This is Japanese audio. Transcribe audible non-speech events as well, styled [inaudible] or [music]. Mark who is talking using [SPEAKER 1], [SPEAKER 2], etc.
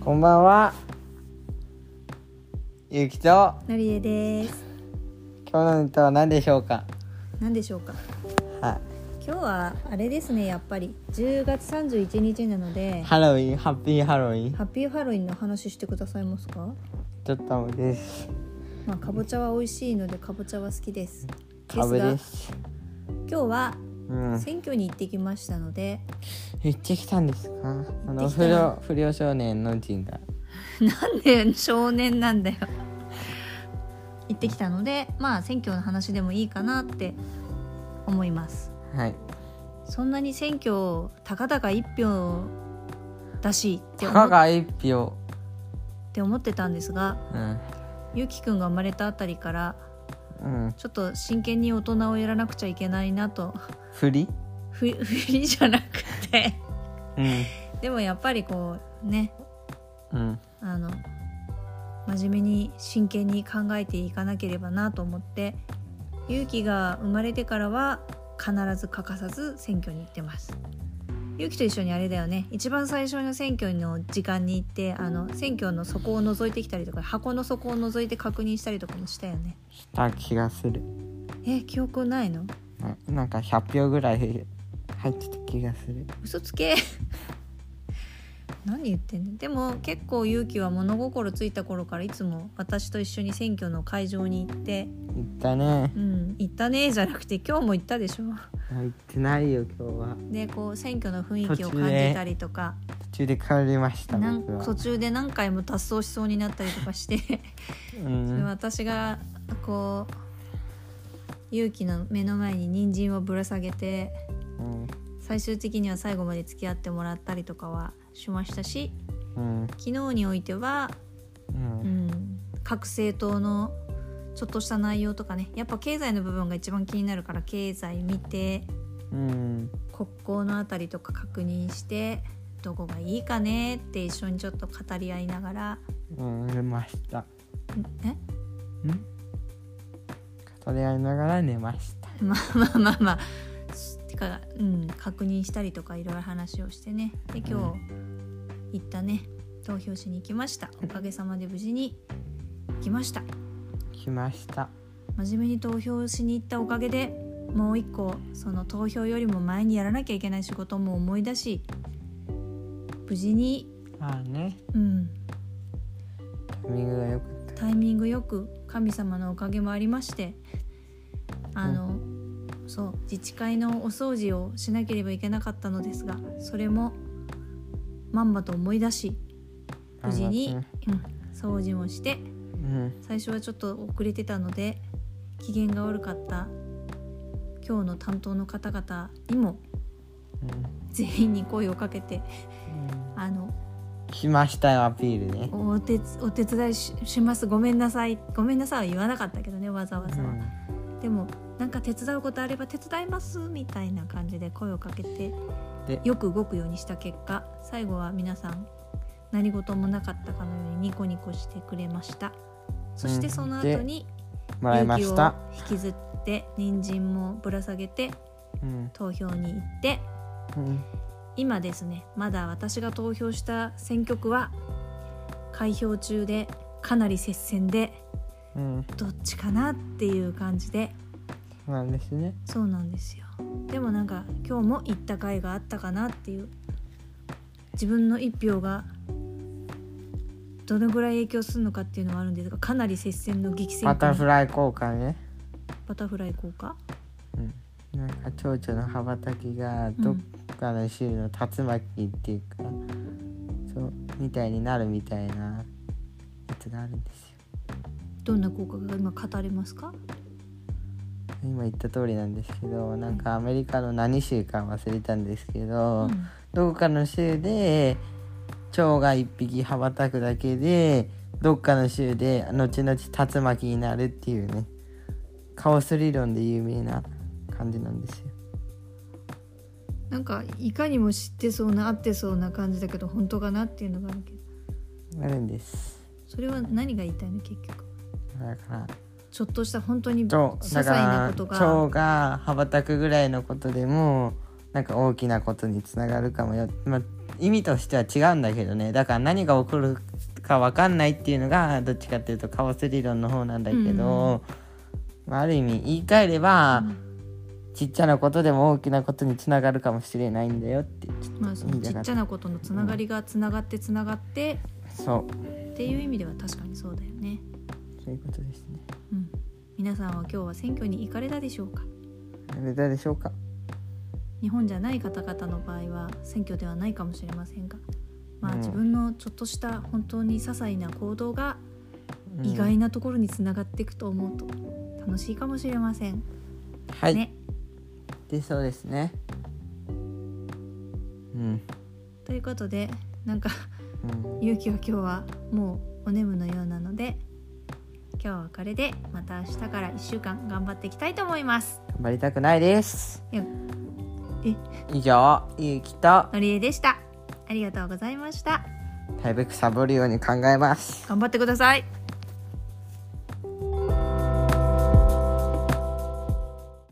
[SPEAKER 1] こんばんは。ゆうきと今
[SPEAKER 2] のりえです。
[SPEAKER 1] 日のネタは何でしょうか。
[SPEAKER 2] 何でしょうか。
[SPEAKER 1] は
[SPEAKER 2] 今日はあれですね。やっぱり10月31日なの
[SPEAKER 1] い。
[SPEAKER 2] で、
[SPEAKER 1] ハロウィン、ハッピーハロウィン。
[SPEAKER 2] ハッピーハロウィンの話してくださいますか。
[SPEAKER 1] ちょっとです。
[SPEAKER 2] まあかぼちゃは美味しいのでかぼちゃは好きです。です
[SPEAKER 1] 株
[SPEAKER 2] が
[SPEAKER 1] です。
[SPEAKER 2] 今日は
[SPEAKER 1] うん。
[SPEAKER 2] 選挙に行ってきましたので、
[SPEAKER 1] 行ってきたんですか。あ
[SPEAKER 2] 行
[SPEAKER 1] の
[SPEAKER 2] ってき
[SPEAKER 1] 不
[SPEAKER 2] た
[SPEAKER 1] 良不良少年の陣が。
[SPEAKER 2] なんで少年なんだよ。行ってきたので、まあ選挙の話でもいいかなって思います。
[SPEAKER 1] はい。
[SPEAKER 2] そんなに選挙たかだか一票だしって
[SPEAKER 1] た
[SPEAKER 2] 思
[SPEAKER 1] か
[SPEAKER 2] っ
[SPEAKER 1] が一票。
[SPEAKER 2] って思ってたんですが。
[SPEAKER 1] うん。
[SPEAKER 2] ゆきくんが生まれたあたりから
[SPEAKER 1] うん。
[SPEAKER 2] ちょっと真剣に大人をやらなくちゃいけないなと [laughs]
[SPEAKER 1] 振り。
[SPEAKER 2] ふふりじゃなくて [laughs]
[SPEAKER 1] うん。
[SPEAKER 2] でもやっぱりこうね
[SPEAKER 1] うん。
[SPEAKER 2] あの真面目に真剣に考えていかなければなと思ってゆうきが生まれてからは必ず欠かさず選挙に行ってますゆうきと一緒にあれだよね一番最初の選挙の時間に行ってあの選挙の底を覗いてきたりとか箱の底を覗いて確認したりとかもしたよね
[SPEAKER 1] した気がする。
[SPEAKER 2] え記憶ないの
[SPEAKER 1] ななんか百票ぐらい入ってた気がする。
[SPEAKER 2] 嘘つけ何言ってんねんでも結構勇気は物心ついた頃からいつも私と一緒に選挙の会場に行って
[SPEAKER 1] 行ったね
[SPEAKER 2] 「う。ん行ったね」じゃなくて今日も行ったでしょ
[SPEAKER 1] 行ってないよ今日は。
[SPEAKER 2] でこう選挙の雰囲気を
[SPEAKER 1] 途中
[SPEAKER 2] 感
[SPEAKER 1] で
[SPEAKER 2] じたりとか
[SPEAKER 1] 途中で帰りました
[SPEAKER 2] なん
[SPEAKER 1] 僕は。
[SPEAKER 2] 途中で何回も脱走しそうになったりとかして
[SPEAKER 1] う
[SPEAKER 2] で
[SPEAKER 1] ん。
[SPEAKER 2] [laughs] 私がこう勇気の目の前に人参をぶら下げて
[SPEAKER 1] うん
[SPEAKER 2] 最終的には最後まで付き合ってもらったりとかはしましたし
[SPEAKER 1] うん
[SPEAKER 2] 昨日においては
[SPEAKER 1] う
[SPEAKER 2] うんん、各政党のちょっとした内容とかねやっぱ経済の部分が一番気になるから経済見て
[SPEAKER 1] うん
[SPEAKER 2] 国交のあたりとか確認してどこがいいかねって一緒にちょっと語り合いながら
[SPEAKER 1] うん寝ました。
[SPEAKER 2] んえ [laughs]
[SPEAKER 1] うん。語り合いながら寝ました。
[SPEAKER 2] まあまあまあまあすてか、うん、確認したりとかいろいろ話をしてねで今日行ったね投票しに行きましたおかげさまで無事に行きました
[SPEAKER 1] 来ました。
[SPEAKER 2] 真面目に投票しに行ったおかげでもう一個その投票よりも前にやらなきゃいけない仕事も思い出し無事に、
[SPEAKER 1] まあね、
[SPEAKER 2] うん、
[SPEAKER 1] タイミングが良かっ
[SPEAKER 2] タイミングよく神様のおかげもありましてあの、そう自治会のお掃除をしなければいけなかったのですがそれもまんまと思い出し
[SPEAKER 1] た。
[SPEAKER 2] 無事に
[SPEAKER 1] 頑張っ、
[SPEAKER 2] うん、掃除もして
[SPEAKER 1] てね
[SPEAKER 2] 最初はちょっと遅れてたので機嫌が悪かった今日の担当の方々にも
[SPEAKER 1] うん
[SPEAKER 2] 全員に声をかけて
[SPEAKER 1] うん。
[SPEAKER 2] あの
[SPEAKER 1] 来ましたよアピールね。
[SPEAKER 2] お手つお手伝いししますごめんなさいごめんなさいは言わなかったけどねわざわざは、でもなんか手伝うことあれば手伝いますみたいな感じで声をかけて
[SPEAKER 1] で
[SPEAKER 2] よく動くようにした結果最後は皆さん何事もなかったかのようにニコニコしてくれましたそしてその後に、
[SPEAKER 1] もらいました。
[SPEAKER 2] 勇気を引きずって人参もぶら下げて
[SPEAKER 1] うん
[SPEAKER 2] 投票に行って
[SPEAKER 1] うん
[SPEAKER 2] 今ですねまだ私が投票した選挙区は開票中でかなり接戦で
[SPEAKER 1] うん。
[SPEAKER 2] どっちかなっていう感じで
[SPEAKER 1] そうなんですね。
[SPEAKER 2] そうなんですよでもなんか今日も行った甲斐があったかなっていう自分の一票がどのぐらい影響するのかっていうのはあるんですがかなり接戦の激戦区
[SPEAKER 1] バタフ
[SPEAKER 2] に
[SPEAKER 1] ライ効果ね。
[SPEAKER 2] バタフライ効果
[SPEAKER 1] うん。なんか蝶々の羽ばたきがどっかの州の竜巻っていうか、そうみたいになるみたいなやつがあるんですよ。
[SPEAKER 2] どんな効果が今語れますか
[SPEAKER 1] 今言った通りなんですけどなんかアメリカの何州か忘れたんですけど、
[SPEAKER 2] うん
[SPEAKER 1] どこかの州で蝶が一匹羽ばたくだけでどっかの州で後々竜巻になるっていうねカオス理論で有名な感じなんですよ。
[SPEAKER 2] なんかいかにも知ってそうな合ってそうな感じだけど本当かなっていうのがあるけど
[SPEAKER 1] あるんです。
[SPEAKER 2] それは何が言いたいの結局
[SPEAKER 1] だから
[SPEAKER 2] ちょっとした本当に
[SPEAKER 1] そ
[SPEAKER 2] 些
[SPEAKER 1] うだ
[SPEAKER 2] 細
[SPEAKER 1] から
[SPEAKER 2] なことが
[SPEAKER 1] 蝶が羽ばたくぐらいのことでもなんか大きなことにつながるかもよ、まあ、意味としては違うんだけどねだから何が起こるか分かんないっていうのがどっちかっていうとカオス理論の方なんだけど、まあ、ある意味言い換えれば、ちっちゃなことでも大きなことにつながるかもしれないんだよって
[SPEAKER 2] まあ、そ
[SPEAKER 1] いい
[SPEAKER 2] の
[SPEAKER 1] んじ
[SPEAKER 2] ち
[SPEAKER 1] ゃ
[SPEAKER 2] っ
[SPEAKER 1] ない
[SPEAKER 2] ちゃなことのつながりがつながってつながって
[SPEAKER 1] そう
[SPEAKER 2] っていう意味では確かにそうだよね。
[SPEAKER 1] そういうことですね。
[SPEAKER 2] うん、皆さんは今日は選挙に行かれたでしょうか
[SPEAKER 1] あれだでしょうか
[SPEAKER 2] 日本じゃない方々の場合は選挙ではないかもしれませんが、まあ、
[SPEAKER 1] うん
[SPEAKER 2] 自分のちょっとした本当に些細な行動が
[SPEAKER 1] うん
[SPEAKER 2] 意外なところにつながっていくと思うと楽しいかもしれません。
[SPEAKER 1] はい、
[SPEAKER 2] ね、
[SPEAKER 1] でそうですね。うん、
[SPEAKER 2] ということでなんか
[SPEAKER 1] うん、
[SPEAKER 2] 勇気は今日はもうお眠のようなので今日はこれでまた明日から1週間頑張っていきたいと思います。
[SPEAKER 1] 頑張りたくないです。
[SPEAKER 2] よえ
[SPEAKER 1] 以上ゆうきと
[SPEAKER 2] のりえでした。ありがとうございました。
[SPEAKER 1] なるべくサボるように考えます。
[SPEAKER 2] 頑張ってください。